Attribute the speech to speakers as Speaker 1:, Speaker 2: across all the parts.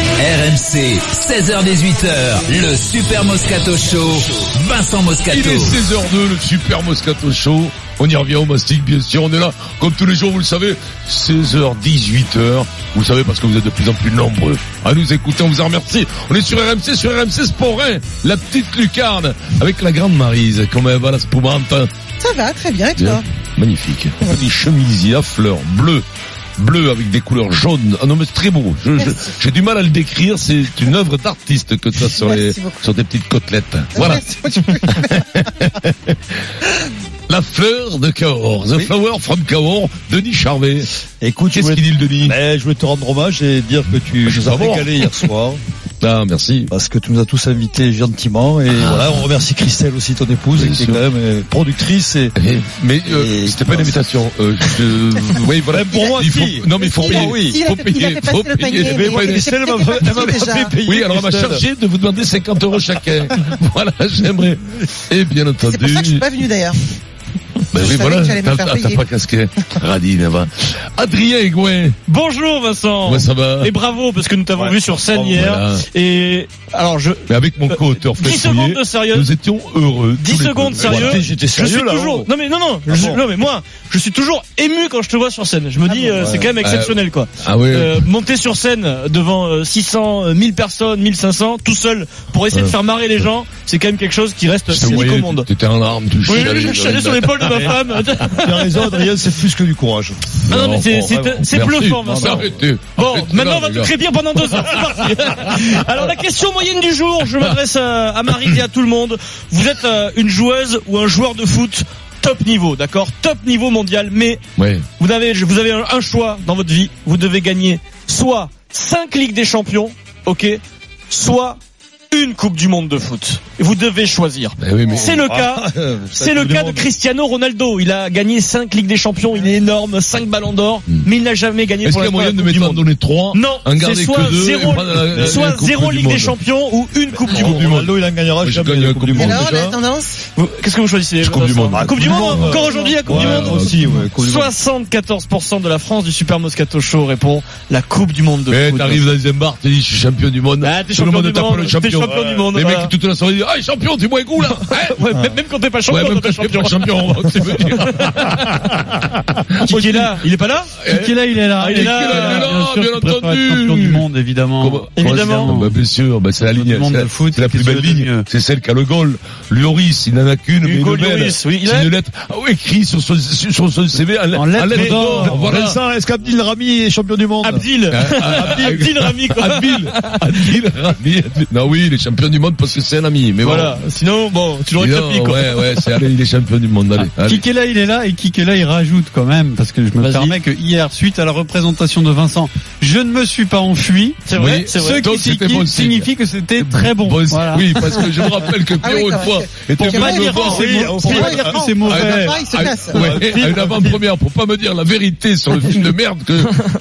Speaker 1: RMC, 16h-18h, le Super Moscato Show, Vincent Moscato.
Speaker 2: Il est 16h02, le super Moscato Show. On y revient au Mastic, bien sûr. On est là, comme tous les jours, vous le savez, 16h, 18h. Vous le savez parce que vous êtes de plus en plus nombreux à nous écouter. On vous en remercie. On est sur RMC, sur RMC Sport 1, la petite lucarne, avec la grande Marise. Comment elle va, la spumante hein
Speaker 3: Ça va, très bien, et
Speaker 2: Bien.
Speaker 3: toi
Speaker 2: Magnifique. Un petit chemisier à fleurs bleues. Bleu avec des couleurs jaunes. Ah non mais c'est très beau. Je- je-
Speaker 3: Merci.
Speaker 2: J'ai du mal à le décrire. C'est une œuvre d'artiste que ça sur, les,
Speaker 3: Merci beaucoup. Euh,
Speaker 2: sur des petites côtelettes. Voilà. La fleur de Cahors. The flower from Cahors. Denis Charvet.
Speaker 4: Écoute, je
Speaker 2: Qu'est-ce
Speaker 4: voulais,
Speaker 2: qu'il dit le Denis
Speaker 4: Ben, je voulais te rendre hommage et dire que tu
Speaker 2: Je
Speaker 4: nous as
Speaker 2: sais pas.
Speaker 4: régalé hier soir
Speaker 2: Ah merci.
Speaker 4: parce que tu nous as tous invités gentiment et voilà, on remercie Christelle aussi ton épouse
Speaker 2: Bien
Speaker 4: qui est
Speaker 2: sûr.
Speaker 4: quand même euh, productrice et
Speaker 2: Mais euh,
Speaker 4: Et-
Speaker 2: c'était pas une invitation. Euh, je- oui voilà.
Speaker 4: Même pour moi,
Speaker 2: Il faut-
Speaker 4: si.
Speaker 2: Non mais il faut
Speaker 4: Il a-
Speaker 2: payer.
Speaker 4: oui.
Speaker 3: Il a
Speaker 2: faut
Speaker 3: fait-
Speaker 2: payer.
Speaker 3: il a fait
Speaker 2: faut
Speaker 3: passer le
Speaker 2: payer. Eh ben,
Speaker 3: panier,
Speaker 2: Mais
Speaker 3: mais
Speaker 2: ouais,
Speaker 3: il était
Speaker 4: Christelle m'a
Speaker 3: peut-être
Speaker 4: elle m'a
Speaker 3: parti
Speaker 4: fait
Speaker 3: déjà.
Speaker 4: payer.
Speaker 2: Oui, alors on m'a
Speaker 4: Christelle.
Speaker 2: chargé de vous demander 50 euros chacun. voilà, j'aimerais. Et bien entendu.
Speaker 3: C'est pour ça que je suis pas venu d'ailleurs.
Speaker 2: Ben
Speaker 3: Je
Speaker 2: oui,
Speaker 3: savais
Speaker 2: voilà,
Speaker 3: que j'allais me
Speaker 2: t'as
Speaker 3: faire
Speaker 2: t'as-
Speaker 3: payer.
Speaker 2: t'as pas casqué. Radine, va. Adrien Egouin,
Speaker 5: Bonjour Vincent.
Speaker 2: comment ça va
Speaker 5: Et bravo parce que nous t'avons
Speaker 4: Ouais.
Speaker 5: vu sur scène
Speaker 4: Bravo.
Speaker 5: hier.
Speaker 2: Voilà.
Speaker 5: Et alors je
Speaker 2: Mais avec mon co-auteur
Speaker 5: 10 secondes
Speaker 2: Fessouillet,
Speaker 5: de sérieux.
Speaker 2: nous étions heureux.
Speaker 5: 10
Speaker 2: tous les
Speaker 5: secondes
Speaker 2: deux.
Speaker 5: sérieux.
Speaker 2: Voilà.
Speaker 4: j'étais
Speaker 5: Je suis
Speaker 4: sérieux là.
Speaker 5: toujours.
Speaker 4: oh.
Speaker 5: Non mais non non. je-
Speaker 4: bon
Speaker 5: Non mais moi je suis toujours ému quand je te vois sur scène. Je me dis euh, c'est quand même exceptionnel quoi.
Speaker 2: Ah ouais.
Speaker 5: Euh, monter sur scène devant euh, 600, euh, 1000 personnes, 1500 tout seul pour essayer
Speaker 2: Ouais.
Speaker 5: de faire marrer les gens, c'est quand même quelque chose qui reste
Speaker 2: Je te
Speaker 5: unique au
Speaker 2: voyais,
Speaker 5: monde.
Speaker 2: Ah T'étais en arme, tu
Speaker 5: Oui,
Speaker 2: chialais,
Speaker 5: oui, je suis
Speaker 2: j'avais
Speaker 5: allé sur l'épaule de ma femme.
Speaker 4: Tu as raison, Adrien, c'est plus que du courage.
Speaker 5: Ah non, mais c'est-
Speaker 4: bon,
Speaker 5: c'est-
Speaker 4: vraiment.
Speaker 5: c'est
Speaker 2: Merci.
Speaker 5: bluffant, Vincent.
Speaker 2: Arrêtez.
Speaker 5: Bon,
Speaker 2: Arrêtez
Speaker 5: maintenant
Speaker 2: là,
Speaker 5: on va
Speaker 2: les
Speaker 5: te
Speaker 2: gars.
Speaker 5: crépir pendant deux heures. C'est parti. Alors la question moyenne du jour, je m'adresse euh, à, à Marie et à tout le monde. Vous êtes euh, une joueuse ou un joueur de foot top niveau, d'accord Top niveau mondial, mais
Speaker 2: Ouais. eh
Speaker 5: vous avez, vous avez un un choix dans votre vie. Vous devez gagner soit 5 Ligues des Champions, ok Soit une Coupe du Monde de foot. Vous devez choisir.
Speaker 2: Ben oui, mais-
Speaker 5: C'est le cas.
Speaker 4: Ah, euh, ça,
Speaker 5: C'est
Speaker 4: tu
Speaker 5: le
Speaker 4: me
Speaker 5: cas de
Speaker 4: demandes.
Speaker 5: Cristiano Ronaldo. Il a gagné 5 Ligues des Champions, il est énorme, 5 ballons d'or,
Speaker 2: Hmm.
Speaker 5: mais il n'a jamais gagné
Speaker 2: Est-ce
Speaker 5: pour
Speaker 2: qu'il y a
Speaker 5: la fois
Speaker 2: moyen
Speaker 5: la
Speaker 2: de
Speaker 5: Coupe du
Speaker 2: mettre en
Speaker 5: Monde.
Speaker 2: donner 3
Speaker 5: Non,
Speaker 2: en
Speaker 5: c'est
Speaker 2: garder
Speaker 5: soit
Speaker 2: que 2
Speaker 5: zéro, soit zéro Ligue des Champions ou une Coupe du
Speaker 2: Coupe
Speaker 5: Monde.
Speaker 2: du Monde.
Speaker 4: Ronaldo, il en gagnera
Speaker 2: Moi, j'ai
Speaker 4: jamais
Speaker 2: gagné
Speaker 4: la
Speaker 2: la
Speaker 4: Coupe du
Speaker 2: Coupe
Speaker 4: Monde
Speaker 3: Alors, la
Speaker 4: déjà.
Speaker 3: tendance
Speaker 5: Vous- Qu'est-ce que vous choisissez
Speaker 2: Coupe du
Speaker 5: Vincent
Speaker 2: Monde.
Speaker 5: Ah, Coupe du
Speaker 4: Coupe
Speaker 5: Monde,
Speaker 4: du Monde,
Speaker 5: encore
Speaker 4: ouais.
Speaker 5: aujourd'hui la Coupe du
Speaker 4: Ouais,
Speaker 5: Monde.
Speaker 4: aussi, ouais, Coupe du Monde.
Speaker 5: 74% de la France du Super Moscato Show répond la Coupe du Monde de
Speaker 2: Mais
Speaker 5: foot.
Speaker 2: Eh, t'arrives dans un bar, t'es dit, je suis champion du monde.
Speaker 5: Ah, t'es
Speaker 2: Tout le
Speaker 5: champion
Speaker 2: monde
Speaker 5: du
Speaker 2: tape
Speaker 5: monde,
Speaker 2: le
Speaker 5: t'es
Speaker 2: champion.
Speaker 5: champion du monde,
Speaker 2: Les
Speaker 5: voilà.
Speaker 2: mecs, toute la soirée, ils disent, ah, champion, dis-moi un coup, là. Hein
Speaker 5: Ouais, même- Même quand t'es pas
Speaker 2: Ouais,
Speaker 5: champion,
Speaker 2: même quand
Speaker 5: t'es
Speaker 2: je suis
Speaker 5: champion. Ah,
Speaker 2: pas champion, on va au cimetière.
Speaker 5: Qui qui est là Il est pas là
Speaker 6: Qui est là, il est là.
Speaker 5: Ah, il est là,
Speaker 2: oh,
Speaker 5: il est là,
Speaker 6: bien
Speaker 2: bien
Speaker 6: sûr, qui préfère
Speaker 2: entendu.
Speaker 6: être champion du monde, évidemment.
Speaker 2: Comment-
Speaker 5: Évidemment.
Speaker 2: Bah, bien sûr, bah, c'est la
Speaker 6: Tout le
Speaker 2: ligne,
Speaker 6: monde
Speaker 2: c'est la-
Speaker 6: le foot,
Speaker 2: c'est la plus
Speaker 6: qu'est-ce
Speaker 2: belle
Speaker 6: qu'il y a de
Speaker 2: ligne,
Speaker 6: mieux
Speaker 2: c'est celle qu'a le Gaulle. Loris, il n'en a qu'une, mais
Speaker 5: Hugo
Speaker 2: une belle.
Speaker 5: Lloris, oui, il
Speaker 2: C'est
Speaker 5: a-
Speaker 2: une lettre, ah, oui, écrit sur son, sur son CV, en,
Speaker 6: En lettres d'or.
Speaker 2: Voilà. Ah,
Speaker 4: Vincent, est-ce qu'Abdil Rami est champion du monde
Speaker 5: Abdil. Ah, Abdil Rami, quoi.
Speaker 2: Advil, Advil, Rami, Advil. Non, oui, il est champion du monde parce que c'est un ami, mais bon.
Speaker 5: Voilà. Sinon, bon, tu l'aurais
Speaker 2: Non,
Speaker 5: tapis, quoi. Ah,
Speaker 2: Ouais, ouais, c'est, allez, il est champion du monde, allez. allez.
Speaker 6: Kikela, il est là et Kikela, il rajoute quand même, parce que je me
Speaker 5: Vas-y.
Speaker 6: permets que hier, suite à la représentation de Vincent, je ne me suis pas enfui.
Speaker 5: C'est
Speaker 2: Oui.
Speaker 5: vrai, c'est vrai.
Speaker 6: Ce
Speaker 2: Donc,
Speaker 6: qui, sig-
Speaker 2: c'était bon signe.
Speaker 6: signifie que c'était très bon.
Speaker 2: Bon,
Speaker 6: Voilà.
Speaker 2: Oui, parce que je me rappelle que
Speaker 3: Ah oui,
Speaker 2: Pierrot, une
Speaker 3: quand
Speaker 2: fois,
Speaker 3: même.
Speaker 2: était
Speaker 5: Pour pas
Speaker 2: venu me
Speaker 5: dire que
Speaker 2: voir.
Speaker 5: c'est
Speaker 4: Oui,
Speaker 5: mauvais.
Speaker 4: on
Speaker 6: Faut pas dire que c'est mauvais.
Speaker 3: Ah, il se
Speaker 2: Ah,
Speaker 3: casse.
Speaker 2: ouais, à une avant-première pour pas me dire la vérité sur le film de merde que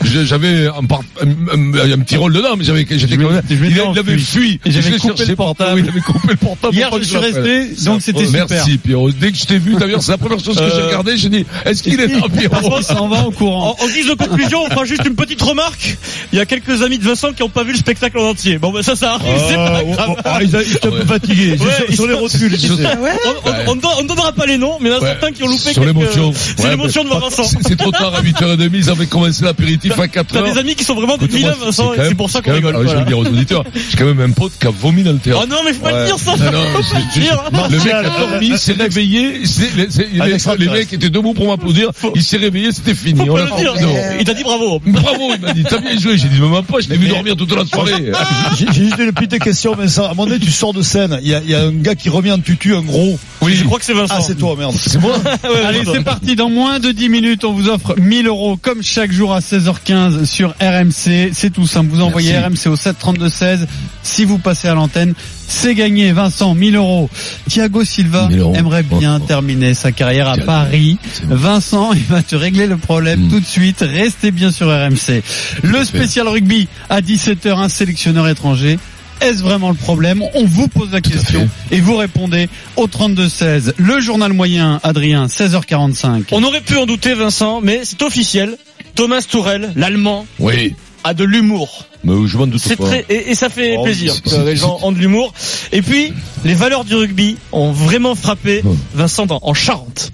Speaker 2: je- j'avais un, par- un, un- un petit rôle dedans mais j'avais j'étais
Speaker 6: Je
Speaker 2: quand même-
Speaker 6: m'étais- je m'étais
Speaker 2: il, a- il avait
Speaker 6: enfui.
Speaker 2: fui
Speaker 6: Et j'avais
Speaker 2: Je l'ai
Speaker 6: coupé
Speaker 2: cherché
Speaker 6: le
Speaker 2: partout,
Speaker 6: portable.
Speaker 2: il avait coupé le portable
Speaker 6: Hier,
Speaker 2: pour
Speaker 6: je
Speaker 2: que
Speaker 6: suis
Speaker 2: l'appelle.
Speaker 6: resté, donc c'était super.
Speaker 2: merci Pierrot dès que je t'ai vu d'ailleurs c'est la première chose que j'ai
Speaker 5: Euh,
Speaker 2: regardé j'ai dit est-ce qu'il est là Pierrot
Speaker 6: On s'en va au courant.
Speaker 5: En, en guise de conclusion, on fera juste une petite remarque. Il y a quelques amis de Vincent qui n'ont pas vu le spectacle en entier. Bon, ben ça, ça arrive. c'est
Speaker 2: Oh.
Speaker 5: pas grave.
Speaker 4: Ah, ils sont un peu
Speaker 2: Ouais.
Speaker 4: fatigués.
Speaker 5: Ouais, ils
Speaker 4: Sur les
Speaker 5: sont-
Speaker 4: rotules, tu sais.
Speaker 3: Ah ouais
Speaker 5: On, on- on don- on donnera pas les noms, mais il y en a
Speaker 2: Ouais.
Speaker 5: certains qui ont loupé
Speaker 2: Sur
Speaker 5: quelques-
Speaker 2: l'émotion.
Speaker 5: C'est
Speaker 2: Ouais,
Speaker 5: l'émotion de voir Vincent.
Speaker 2: c'est c'est trop tard à 8h30 ils avaient commencé l'apéritif à
Speaker 5: T'as des
Speaker 2: 4h
Speaker 5: amis qui sont vraiment des
Speaker 2: Écoute-moi,
Speaker 5: vilains, Vincent,
Speaker 2: quand
Speaker 5: et c'est
Speaker 2: même-
Speaker 5: pour ça
Speaker 2: quand
Speaker 5: qu'on
Speaker 2: même-
Speaker 5: rigole.
Speaker 2: alors, je vais
Speaker 5: voilà.
Speaker 2: le dire aux auditeurs, j'ai quand même un pote qui a vomi dans le théâtre.
Speaker 5: Oh non, mais faut pas le dire ça.
Speaker 2: Non, non, je- je- le mec a dormi, s'est réveillé, c'est- les- c'est- les,
Speaker 4: Alexandre
Speaker 2: les
Speaker 4: Tasse.
Speaker 2: mecs étaient debout pour m'applaudir, il s'est réveillé, c'était fini.
Speaker 5: Faut
Speaker 2: on
Speaker 5: pas
Speaker 2: l'a
Speaker 5: le dire.
Speaker 2: Non.
Speaker 3: Euh,
Speaker 5: Il t'a dit bravo.
Speaker 2: Bravo, il m'a dit, t'as bien joué, j'ai dit, mais ma poche, je t'ai vu dormir toute la soirée.
Speaker 4: J'ai j'ai juste une petite question, Vincent. À un moment donné, tu sors de scène. Il y a, il y a un gars qui remet en tutu, un gros.
Speaker 5: Je crois que c'est Vincent. Ah
Speaker 4: Ah, c'est toi, merde.
Speaker 2: C'est moi
Speaker 6: Allez, c'est parti. Dans moins de 10 minutes, on vous offre 1000 euros comme chaque jour à 16h15 sur RMC. C'est tout simple. Vous envoyez RMC au 732-16. Si vous passez à l'antenne, c'est gagné. Vincent, 1000 euros. Thiago Silva
Speaker 2: 1000 euros.
Speaker 6: aimerait bien
Speaker 2: Oh.
Speaker 6: terminer sa carrière à
Speaker 2: Thiago.
Speaker 6: Paris.
Speaker 2: C'est bon.
Speaker 6: Vincent, il va te régler le problème
Speaker 2: Mm.
Speaker 6: tout de suite. Restez bien sur RMC. Le spécial rugby à 17h, un sélectionneur étranger. Est-ce vraiment le problème On vous pose la
Speaker 2: à
Speaker 6: question et vous répondez au 32-16. Le journal moyen, Adrien, 16h45.
Speaker 5: On aurait pu en douter, Vincent, mais c'est officiel. Thomas Tourel, l'allemand,
Speaker 2: Oui.
Speaker 5: a de l'humour.
Speaker 2: Mais je m'en doute
Speaker 5: C'est
Speaker 2: pas.
Speaker 5: très et, et ça fait
Speaker 2: Oh,
Speaker 5: plaisir
Speaker 2: c'est-
Speaker 5: que les gens ont de l'humour. Et puis les valeurs du rugby ont vraiment frappé
Speaker 2: Oh.
Speaker 5: Vincent en, en Charente,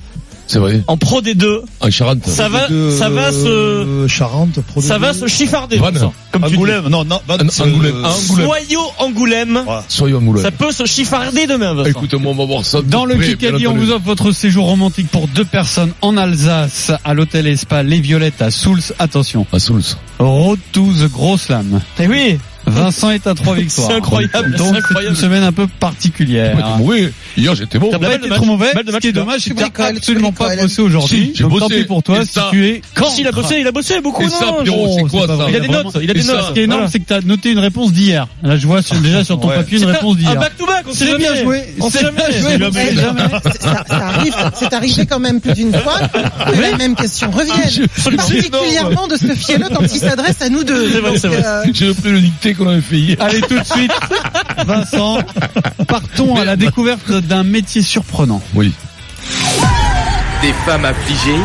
Speaker 2: C'est vrai.
Speaker 5: en Pro D2.
Speaker 2: En Charente.
Speaker 5: Ça va,
Speaker 4: De-
Speaker 5: ça va se,
Speaker 4: Charente, Pro
Speaker 5: ça
Speaker 4: de-
Speaker 5: va se chiffarder.
Speaker 2: Vannes.
Speaker 5: Vincent, Comme tu dis.
Speaker 4: Angoulême, non, non, Vannes,
Speaker 2: An-
Speaker 4: c'est- euh,
Speaker 2: Angoulême, hein, Angoulême.
Speaker 5: Soyaux Angoulême,
Speaker 2: Soyons moulins.
Speaker 5: ça peut se chiffarder demain. Vincent.
Speaker 2: Écoute-moi, on va voir ça. de
Speaker 6: Dans le
Speaker 2: près,
Speaker 6: Kikadi,
Speaker 2: bien
Speaker 6: on
Speaker 2: entendu.
Speaker 6: vous offre votre séjour romantique pour deux personnes en Alsace, à l'hôtel et spa Les Violettes à Souls. Attention,
Speaker 2: À Souls.
Speaker 6: road to the grosse lame.
Speaker 5: Eh oui,
Speaker 6: Vincent est à trois victoires.
Speaker 5: C'est incroyable, c'est
Speaker 6: Donc c'est
Speaker 5: incroyable.
Speaker 6: une semaine un peu particulière.
Speaker 2: Ouais, t'es mauvais. Hier, j'étais bon.
Speaker 6: T'as
Speaker 5: Balle de
Speaker 6: pas été
Speaker 5: match.
Speaker 6: trop mauvais,
Speaker 5: Balle de
Speaker 6: ce
Speaker 5: match,
Speaker 6: qui est
Speaker 5: tu
Speaker 6: dommage, c'est que
Speaker 3: Tu
Speaker 6: t'as
Speaker 3: bricoles, tu
Speaker 6: absolument pas
Speaker 3: bricoles.
Speaker 6: bossé aujourd'hui.
Speaker 2: Si, j'ai
Speaker 6: Donc tant
Speaker 2: bossé.
Speaker 6: pis pour toi,
Speaker 2: Et
Speaker 6: si
Speaker 2: ça-
Speaker 6: tu es
Speaker 5: quand il a
Speaker 6: contre.
Speaker 5: bossé, il a bossé beaucoup.
Speaker 2: Et
Speaker 5: non,
Speaker 2: ça, Pierrot,
Speaker 5: Jean
Speaker 2: c'est quoi
Speaker 6: c'est pas
Speaker 2: ça
Speaker 5: Il y a des
Speaker 6: Vraiment.
Speaker 5: notes, il y a des
Speaker 2: Et ça,
Speaker 5: notes.
Speaker 6: Ce qui est énorme,
Speaker 5: Voilà.
Speaker 6: c'est que t'as noté une réponse d'hier. Là, je vois sur- déjà sur ton
Speaker 4: Ouais.
Speaker 6: papier une
Speaker 5: C'est un-
Speaker 6: réponse
Speaker 5: Un
Speaker 6: d'hier.
Speaker 5: back to back, on sait
Speaker 6: C'est
Speaker 5: jamais.
Speaker 6: bien joué.
Speaker 5: On sait
Speaker 6: C'est
Speaker 5: jamais.
Speaker 6: bien joué.
Speaker 5: C'est jamais.
Speaker 3: Eh, c'est- ça, ça arrive, c'est arrivé quand même plus d'une fois que les mêmes questions reviennent. Particulièrement de se fier quand il s'adresse à nous deux.
Speaker 5: C'est vrai,
Speaker 3: Donc,
Speaker 5: c'est vrai.
Speaker 3: euh,
Speaker 2: J'ai repris le dicté qu'on avait fait hier.
Speaker 6: Allez tout de suite, Vincent, partons à la découverte d'un métier surprenant.
Speaker 2: Oui.
Speaker 7: Des femmes affligées,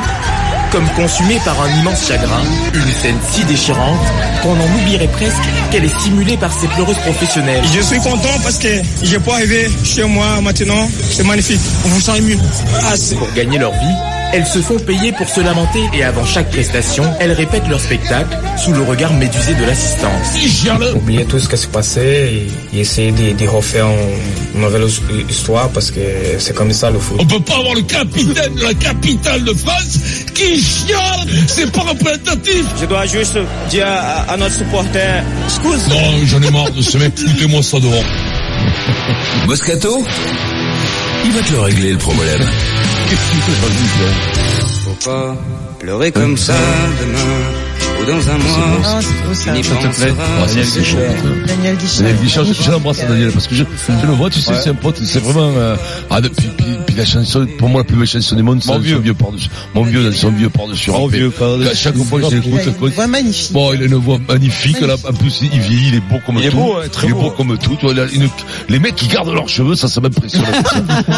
Speaker 7: comme consumées par un immense chagrin. Une scène si déchirante qu'on en oublierait presque qu'elle est simulée par ces pleureuses professionnelles.
Speaker 8: Je suis content parce que je peux arriver chez moi maintenant. C'est magnifique. On vous sent mieux. Ah, c'est-
Speaker 7: Pour gagner leur vie, elles se font payer pour se lamenter et avant chaque prestation, elles répètent leur spectacle sous le regard médusé de l'assistance.
Speaker 9: oublier tout ce qui se passait et, et essayer de, de refaire une nouvelle histoire parce que c'est comme ça le
Speaker 10: Eh
Speaker 9: foot.
Speaker 2: On peut pas avoir le capitaine de la capitale de France qui chiale. C'est pas représentatif.
Speaker 8: Je dois juste dire à, à notre supporter, excuse.
Speaker 2: Non, j'en ai marre de ce mec. Foutez-moi ça dehors.
Speaker 1: Moscato Il va te le régler le problème.
Speaker 2: Qu'est-ce qu'il fait, Basile, là
Speaker 11: Faut pas pleurer comme ça demain ou dans un mois.
Speaker 3: non, ah, c'est beau, ça.
Speaker 11: n'y
Speaker 2: te plaît. Ah, ça, c'est chaud, ça.
Speaker 3: Daniel Guichard.
Speaker 2: Daniel Guichard, je, je l'embrasse
Speaker 8: Ah,
Speaker 2: Daniel parce que je, je le vois, tu sais, c'est un pote, c'est vraiment. Euh, ah, de- puis, puis, puis la chanson, pour moi la plus belle chanson du monde, c'est
Speaker 4: Mon
Speaker 2: son
Speaker 4: vieux.
Speaker 2: vieux par-dessus. Mon vieux dans son vieux par-dessus.
Speaker 4: Mon
Speaker 2: râpé.
Speaker 4: vieux par-dessus.
Speaker 2: À chaque fois que je
Speaker 3: Il a
Speaker 2: l'écoute,
Speaker 3: une
Speaker 2: quand-
Speaker 3: voix magnifique.
Speaker 2: Bon, il a une voix magnifique, là. En plus, il vieillit, il est beau comme
Speaker 4: Il est
Speaker 2: tout.
Speaker 4: beau, hein, très
Speaker 2: il est beau,
Speaker 4: beau.
Speaker 2: comme tout. Tu vois, il a une- Les mecs qui gardent leurs cheveux, ça, ça m'impressionne.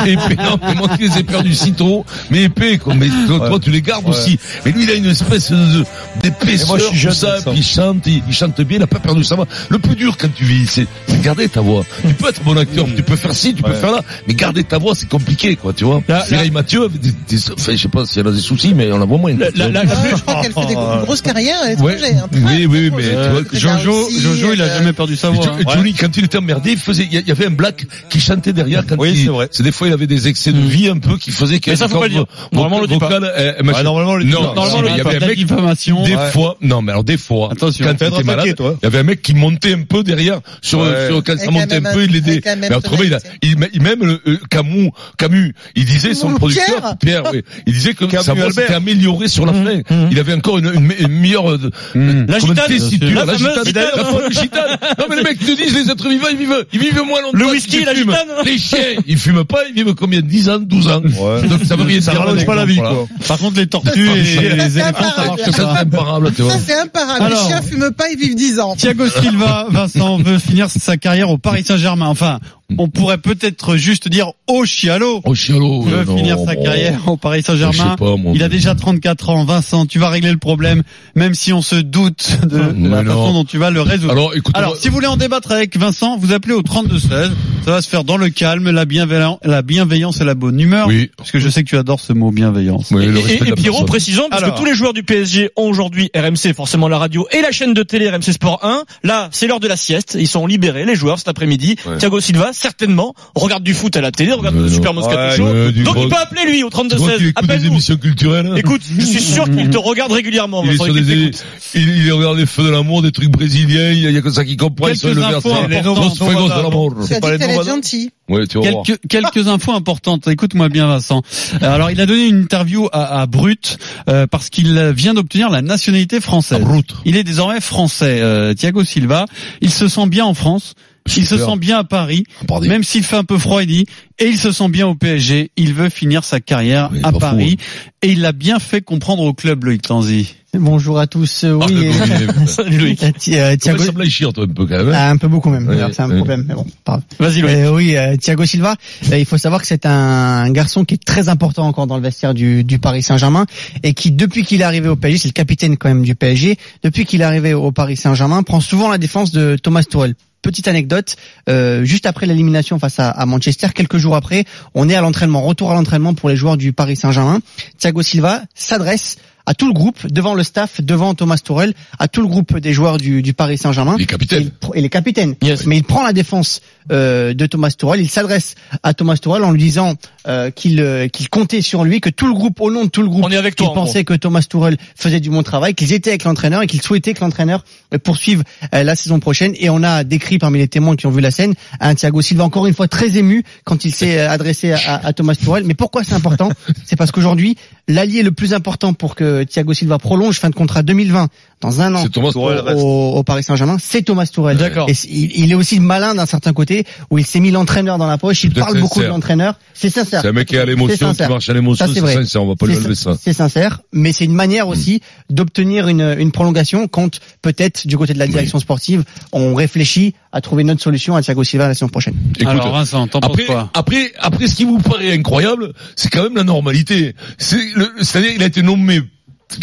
Speaker 2: épais, non, mais moi, je les ai perdus si tôt, mais épais, quoi. Mais toi,
Speaker 4: Ouais.
Speaker 2: toi, tu les gardes
Speaker 4: Ouais.
Speaker 2: aussi. Mais lui, il a une espèce de, d'épaisseur,
Speaker 4: Et moi, je suis jeune
Speaker 2: tout ça,
Speaker 4: comme ça.
Speaker 2: puis il chante, il, il chante bien, il a pas perdu sa voix. Le plus dur quand tu vis, c'est, c'est garder ta voix. Tu peux être bon acteur, tu peux faire ci, tu peux
Speaker 4: Mm. Ouais.
Speaker 2: faire là, mais garder ta voix, c'est compliqué, quoi, tu vois.
Speaker 6: Là,
Speaker 2: Mireille Mathieu, des- des- enfin, je sais pas si elle a des soucis, mais on la voit moins.
Speaker 6: La- la- la-
Speaker 3: Ah, je crois qu'elle fait des gros- une grosse carrière à
Speaker 2: Oh. Ouais.
Speaker 3: l'étranger. hein.
Speaker 2: Oui, oui, mais
Speaker 3: Euh,
Speaker 2: tu vois,
Speaker 3: c'est la
Speaker 6: Jojo,
Speaker 3: Russie,
Speaker 6: Jojo, il a
Speaker 3: euh,
Speaker 6: jamais perdu sa
Speaker 2: Et
Speaker 6: voix.
Speaker 5: hein.
Speaker 2: Jo- et Johnny, quand il était emmerdé, il faisait, il y- il y avait un black qui chantait derrière quand
Speaker 4: Oui,
Speaker 2: il,
Speaker 4: c'est vrai.
Speaker 2: C'est des fois, il avait des excès de vie un peu qui faisaient que
Speaker 5: Mais ça, faut pas le dire. Normalement, on le dit pas.
Speaker 2: vocal, euh, machin.
Speaker 4: Ouais, normalement, on le dit
Speaker 2: non,
Speaker 4: pas.
Speaker 2: normalement,
Speaker 6: Normalement,
Speaker 2: il y avait un mec,
Speaker 6: diffamation.
Speaker 2: des
Speaker 4: Ouais.
Speaker 2: fois, non, mais alors, des fois,
Speaker 6: Attention.
Speaker 2: quand il
Speaker 4: Fais-toi
Speaker 2: était malade,
Speaker 4: attaquer, toi.
Speaker 2: il y avait un mec qui montait un peu derrière, sur,
Speaker 4: Ouais.
Speaker 2: sur quand ça
Speaker 3: Avec
Speaker 2: montait
Speaker 3: la
Speaker 2: un
Speaker 3: même-
Speaker 2: peu, il l'aidait.
Speaker 3: avec la même
Speaker 2: Mais autrement, il a,
Speaker 3: tonalité.
Speaker 2: il, il- même, le, euh, Camus, Camus, il disait, son
Speaker 3: Ouh,
Speaker 2: producteur, Pierre, oui, il disait que
Speaker 4: Camus
Speaker 2: sa voix
Speaker 4: Albert.
Speaker 2: s'était améliorée sur la fin. Il avait encore une, une, une meilleure, euh,
Speaker 6: Mmh.
Speaker 2: comme
Speaker 5: gitane,
Speaker 2: une tessiture,
Speaker 5: la
Speaker 2: la gitane,
Speaker 5: fameuse gitane.
Speaker 2: la fameuse gitane. Non, mais les mecs te disent, les êtres vivants, ils vivent, ils vivent moins longtemps.
Speaker 5: Le
Speaker 2: qu'ils
Speaker 5: whisky, la
Speaker 2: fument.
Speaker 5: gitane.
Speaker 2: Les chiens, ils fument pas, ils vivent combien? 10 ans, 12 ans.
Speaker 4: Ouais.
Speaker 2: Donc, ça veut rien
Speaker 4: Ça
Speaker 2: dire.
Speaker 4: rallonge
Speaker 2: les
Speaker 4: pas la
Speaker 2: gens,
Speaker 4: vie,
Speaker 2: voilà.
Speaker 4: quoi.
Speaker 6: Par contre, les tortues et les éléphants, ça marche
Speaker 2: Ça, c'est
Speaker 6: pas.
Speaker 2: imparable, tu vois.
Speaker 3: Ça, c'est imparable.
Speaker 6: Alors-
Speaker 3: Les chiens fument pas, ils vivent 10 ans.
Speaker 6: Thiago Silva, Vincent, veut finir sa carrière au Paris Saint-Germain. Enfin, on pourrait peut-être juste dire oh chialo
Speaker 2: Oh, chialo.
Speaker 6: veut
Speaker 2: non,
Speaker 6: finir sa
Speaker 2: bon.
Speaker 6: carrière au Paris
Speaker 2: Je sais
Speaker 6: Saint-Germain.
Speaker 2: pas, moi.
Speaker 6: Il a déjà 34 ans. Vincent, tu vas régler le problème, même si on se doute de
Speaker 2: Mais
Speaker 6: la
Speaker 2: non.
Speaker 6: façon dont tu vas le résoudre.
Speaker 2: Alors, écoute,
Speaker 6: Alors, si vous voulez en débattre avec Vincent, vous appelez au 32-16. Ça va se faire dans le calme, la, bienveillan- la bienveillance et la bonne humeur.
Speaker 2: oui.
Speaker 6: Parce que je sais que tu adores ce mot bienveillance.
Speaker 2: Oui,
Speaker 5: Et,
Speaker 2: le respect
Speaker 5: et,
Speaker 2: de
Speaker 5: et
Speaker 2: la
Speaker 5: Pierrot,
Speaker 2: personne.
Speaker 5: précisons, parce
Speaker 6: Alors.
Speaker 5: que tous les joueurs du PSG ont aujourd'hui RMC, forcément la radio et la chaîne de télé RMC Sport 1. Là, c'est l'heure de la sieste. Ils sont libérés, les joueurs, cet après-midi.
Speaker 2: Ouais.
Speaker 5: Thiago Silva, certainement, regarde du foot à la télé, regarde
Speaker 2: Mais
Speaker 5: le
Speaker 2: non.
Speaker 5: Super Moscato
Speaker 4: Ouais,
Speaker 5: Show.
Speaker 2: ouais, euh, du
Speaker 5: Donc
Speaker 2: gros-
Speaker 5: il peut appeler lui au
Speaker 2: Tu crois qu'il écoute
Speaker 5: 32-16.
Speaker 2: des
Speaker 5: Appelle-nous.
Speaker 2: émissions culturelles. hein
Speaker 5: Écoute, je suis sûr qu'il te regarde régulièrement.
Speaker 2: Il est
Speaker 5: Vincent,
Speaker 2: sur
Speaker 5: et
Speaker 2: des,
Speaker 5: qu'il
Speaker 2: il,
Speaker 5: t'écoute.
Speaker 2: il regarde les feux de l'amour, des trucs brésiliens, il y a, il y a que ça qui comprend,
Speaker 6: Quelques
Speaker 2: il se le verse.
Speaker 6: infos
Speaker 2: Les
Speaker 6: importantes.
Speaker 2: Los Fuegos de l'amour.
Speaker 3: Tu as dit
Speaker 4: pas les
Speaker 3: qu'elle
Speaker 4: noms,
Speaker 3: est
Speaker 4: madame.
Speaker 3: gentille.
Speaker 2: Ouais, tu vas voir.
Speaker 6: Quelques, quelques infos importantes. Écoute-moi bien, Vincent. Euh, Alors, il a donné une interview à, à Brut euh, parce qu'il vient d'obtenir la nationalité française.
Speaker 2: Route.
Speaker 6: Il est désormais français, euh, Thiago Silva. Il se sent bien en France. Il se
Speaker 2: Super.
Speaker 6: sent bien à Paris,
Speaker 2: Oh, Pardon.
Speaker 6: même s'il fait un peu froid, il dit. Et il se sent bien au PSG. Il veut finir sa carrière
Speaker 2: Oui,
Speaker 6: à
Speaker 2: pas fou, hein.
Speaker 6: Paris. Et il l'a bien fait comprendre au club, Loïc Tanzi.
Speaker 3: Bonjour à tous. Euh,
Speaker 2: Ah,
Speaker 3: Oui,
Speaker 2: le
Speaker 3: et-
Speaker 2: Covid.
Speaker 5: Salut Loïc.
Speaker 3: Euh, Thi- euh,
Speaker 2: Thiago...
Speaker 3: Thiago-
Speaker 2: Ça me lâche un peu quand même. hein.
Speaker 3: Ah, un peu beaucoup même.
Speaker 2: Ouais,
Speaker 3: d'ailleurs, c'est un
Speaker 2: ouais.
Speaker 3: problème, mais bon, pas grave.
Speaker 5: Vas-y, Loïc.
Speaker 3: Euh, oui, euh, Thiago Silva. euh, il faut savoir que c'est un garçon qui est très important encore dans le vestiaire du, du Paris Saint-Germain et qui, depuis qu'il est arrivé au PSG, c'est le capitaine quand même du PSG. Depuis qu'il est arrivé au Paris Saint-Germain, prend souvent la défense de Thomas Tuchel. Petite anecdote, euh, juste après l'élimination face à, à Manchester, quelques jours après, on est à l'entraînement, retour à l'entraînement pour les joueurs du Paris Saint-Germain. Thiago Silva s'adresse à tout le groupe, devant le staff, devant Thomas Tuchel, à tout le groupe des joueurs du, du Paris
Speaker 6: Ah,
Speaker 3: Saint-Germain.
Speaker 2: Il est capitaine.
Speaker 3: Et il pr- et les capitaines.
Speaker 5: Yes.
Speaker 3: Mais il prend la défense euh, de Thomas Tuchel. Il s'adresse à Thomas Tuchel en lui disant euh, qu'il euh, qu'il comptait sur lui, que tout le groupe, au nom de tout le groupe,
Speaker 5: On est avec
Speaker 3: qu'il
Speaker 5: toi, en
Speaker 3: pensait que Thomas Tuchel faisait du bon travail, qu'ils étaient avec l'entraîneur et qu'ils souhaitaient que l'entraîneur euh, poursuive euh, la saison prochaine. Et on a décrit parmi les témoins qui ont vu la scène un Thiago Silva encore une fois très ému quand il s'est euh, adressé à, à Thomas Tuchel. Mais pourquoi c'est important C'est parce qu'aujourd'hui, l'allié le plus important pour que Thiago Silva prolonge fin de contrat 2020 dans un an
Speaker 2: C'est Thomas Tuchel,
Speaker 3: au, au- au Paris Saint-Germain, c'est Thomas Tuchel.
Speaker 5: D'accord.
Speaker 3: Et c- il, il est aussi malin d'un certain côté où il s'est mis l'entraîneur dans la poche. Il
Speaker 2: Peut-être
Speaker 3: parle beaucoup de
Speaker 2: sincère.
Speaker 3: l'entraîneur. C'est sincère.
Speaker 2: C'est un mec qui est à
Speaker 3: C'est
Speaker 2: l'émotion, qui
Speaker 3: sincère.
Speaker 2: marche à l'émotion,
Speaker 3: Ça, c'est
Speaker 2: c'est
Speaker 3: vrai.
Speaker 2: sincère, on va pas lui
Speaker 3: C'est
Speaker 2: enlever ça.
Speaker 3: C'est sincère, mais c'est une
Speaker 2: Hmm.
Speaker 3: manière aussi d'obtenir une, une prolongation quand peut-être du côté de la direction sportive, on réfléchit à trouver notre solution à Thiago Silva la saison prochaine.
Speaker 2: Écoute,
Speaker 6: Alors Vincent, t'en penses
Speaker 2: Après,
Speaker 6: quoi
Speaker 2: après, après, ce qui vous paraît incroyable, c'est quand même la normalité. C'est le- C'est-à-dire, il a été nommé,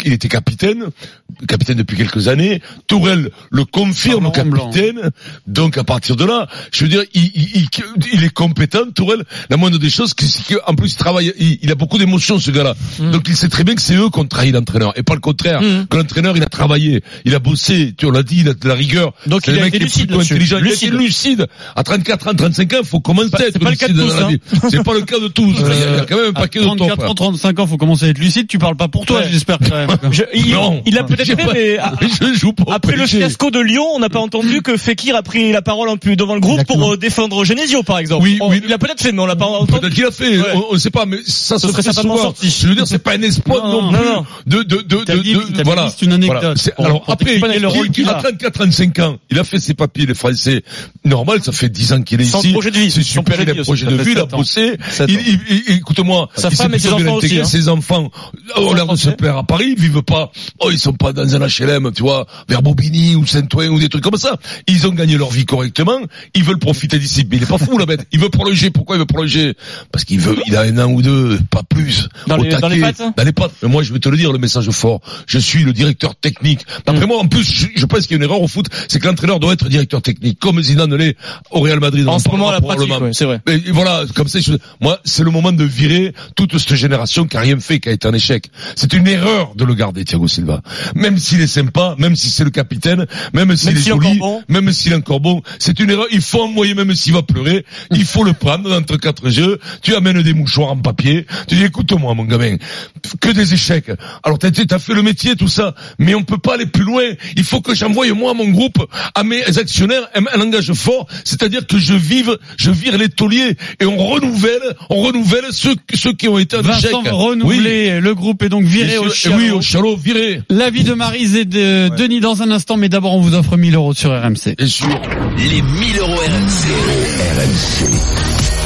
Speaker 2: il était capitaine, capitaine depuis quelques années. Tourelle le confirme
Speaker 6: Par Laurent
Speaker 2: capitaine. Donc, à partir de là, je veux dire, il, il, il- il est compétent, Tourelle. La moindre des choses, c'est qu'en plus, il travaille, il, il a beaucoup d'émotions, ce gars-là.
Speaker 5: Mm.
Speaker 2: Donc, il sait très bien que c'est eux qui ont trahi l'entraîneur. Et pas le contraire. Que l'entraîneur, il a travaillé, il a bossé, tu l'as dit, il a de la rigueur.
Speaker 5: Donc,
Speaker 2: C'est
Speaker 5: il
Speaker 2: le
Speaker 5: a
Speaker 2: mec
Speaker 5: été
Speaker 2: qui est
Speaker 5: lucide
Speaker 2: plutôt
Speaker 5: là-dessus.
Speaker 2: intelligent. Il a été
Speaker 5: Lucide.
Speaker 2: lucide. À 34 ans, 35 ans, faut commencer à
Speaker 5: C'est
Speaker 2: être
Speaker 5: pas le cas de
Speaker 2: lucide
Speaker 5: tous,
Speaker 2: dans la
Speaker 5: hein. Euh,
Speaker 2: vie. C'est pas le cas de tous. Il y a- il y a quand même un
Speaker 6: À
Speaker 2: paquet de top. hein.
Speaker 6: 34 ans, 35 ans, faut commencer à être lucide. Tu parles pas pour toi,
Speaker 5: Ouais.
Speaker 6: j'espère quand même.
Speaker 5: Je- il,
Speaker 2: Non.
Speaker 5: il a peut-être
Speaker 2: J'ai
Speaker 5: fait,
Speaker 2: pas-
Speaker 5: mais a-
Speaker 2: Je joue pas. au
Speaker 5: après le
Speaker 2: PSG.
Speaker 5: fiasco de Lyon, on n'a pas entendu que Fekir a pris la parole en plus devant le groupe
Speaker 3: Exactement.
Speaker 5: pour euh, défendre Genesio, par exemple.
Speaker 2: Oui,
Speaker 5: On-
Speaker 2: oui.
Speaker 5: Il a peut-être fait, mais on l'a pas entendu.
Speaker 2: Peut-être qu'il a fait,
Speaker 5: Ouais.
Speaker 2: on, on sait pas, mais ça se
Speaker 5: serait
Speaker 2: fait
Speaker 5: certainement
Speaker 2: souvent.
Speaker 5: sorti.
Speaker 2: Je veux dire, c'est pas un espoir
Speaker 6: Non,
Speaker 2: non,
Speaker 6: non,
Speaker 2: plus
Speaker 5: non.
Speaker 2: de, de, de,
Speaker 6: T'as
Speaker 2: de,
Speaker 6: dit-
Speaker 2: de-
Speaker 6: t'as
Speaker 2: voilà.
Speaker 6: juste une anecdote.
Speaker 2: Voilà. C'est-
Speaker 6: Pour-
Speaker 2: Alors
Speaker 6: pour
Speaker 2: après,
Speaker 6: t'expliquer le rôle
Speaker 2: il,
Speaker 6: qu'il
Speaker 2: il a
Speaker 6: a.
Speaker 2: 34, 35 ans, il a fait ses papiers, les Français. Normal, ça fait 10 ans qu'il est
Speaker 5: Sans
Speaker 2: ici.
Speaker 5: projet de vie.
Speaker 2: C'est
Speaker 5: Sans
Speaker 2: super,
Speaker 5: projet
Speaker 2: il
Speaker 5: de
Speaker 2: a
Speaker 5: vie
Speaker 2: un
Speaker 5: aussi.
Speaker 2: projet
Speaker 5: Ça
Speaker 2: de
Speaker 5: fait
Speaker 2: vie, il a
Speaker 5: sept ans.
Speaker 2: bossé.
Speaker 5: Sept
Speaker 2: Il-
Speaker 5: ans.
Speaker 2: il- il- Écoute-moi,
Speaker 5: Sa
Speaker 2: il s'est
Speaker 5: femme et ses
Speaker 2: plutôt bien
Speaker 5: enfants aussi,
Speaker 2: intégré,
Speaker 5: hein.
Speaker 2: ses enfants ont l'air de se
Speaker 5: Français.
Speaker 2: plaire à Paris, ils vivent pas, oh, ils sont pas dans un HLM, tu vois, vers Bobigny ou Saint-Ouen ou des trucs comme ça. Ils ont gagné leur vie correctement, ils veulent profiter d'ici. Mais il est pas fou, la bête. Il veut prolonger. Pourquoi il veut prolonger? Parce qu'il veut, il a un an ou deux, pas plus.
Speaker 5: Dans
Speaker 2: Au
Speaker 5: les- dans les pattes, hein
Speaker 2: Dans les pattes. Mais moi, je vais te le dire, le message fort. Je suis le directeur technique. D'après
Speaker 5: Hmm.
Speaker 2: moi, en plus, je, je pense qu'il y a une erreur au foot, c'est que l'entraîneur doit être directeur technique, comme Zidane l'est au Real Madrid. On
Speaker 5: En ce
Speaker 2: parlera
Speaker 5: moment, la pratique,
Speaker 2: probablement.
Speaker 5: ouais, c'est vrai.
Speaker 2: Et voilà, comme ça, je- moi, c'est le moment de virer toute cette génération qui a rien fait, qui a été un échec. C'est une erreur de le garder, Thiago Silva. Même s'il est sympa, même si c'est le capitaine, même s'il
Speaker 5: Même
Speaker 2: est
Speaker 5: s'il est
Speaker 2: joli,
Speaker 5: encore
Speaker 2: même s'il est encore bon, c'est une erreur. Il faut envoyer, même s'il va pleurer, il faut le prendre entre quatre jeux. Tu amènes des mouchoirs en papier. Tu dis, écoute-moi, mon gamin, que des échecs. Alors, t'as t'as fait le métier, tout ça, mais on peut pas aller plus loin. Il faut que j'envoie, moi, à mon groupe, à mes actionnaires, un, un langage fort, c'est-à-dire que je vive, je vire les tauliers et on renouvelle, on renouvelle ceux, ceux qui ont été un échec.
Speaker 6: Vincent renouvelé, le groupe est donc
Speaker 2: Oui,
Speaker 6: viré au
Speaker 2: bien sûr.
Speaker 6: chiot.
Speaker 2: oui, au chalot, viré.
Speaker 6: L'avis de Marise et de Denis dans un instant, mais d'abord on vous offre 1000 euros sur RMC.
Speaker 2: Bien sûr.
Speaker 1: Les 1000 euros RMC.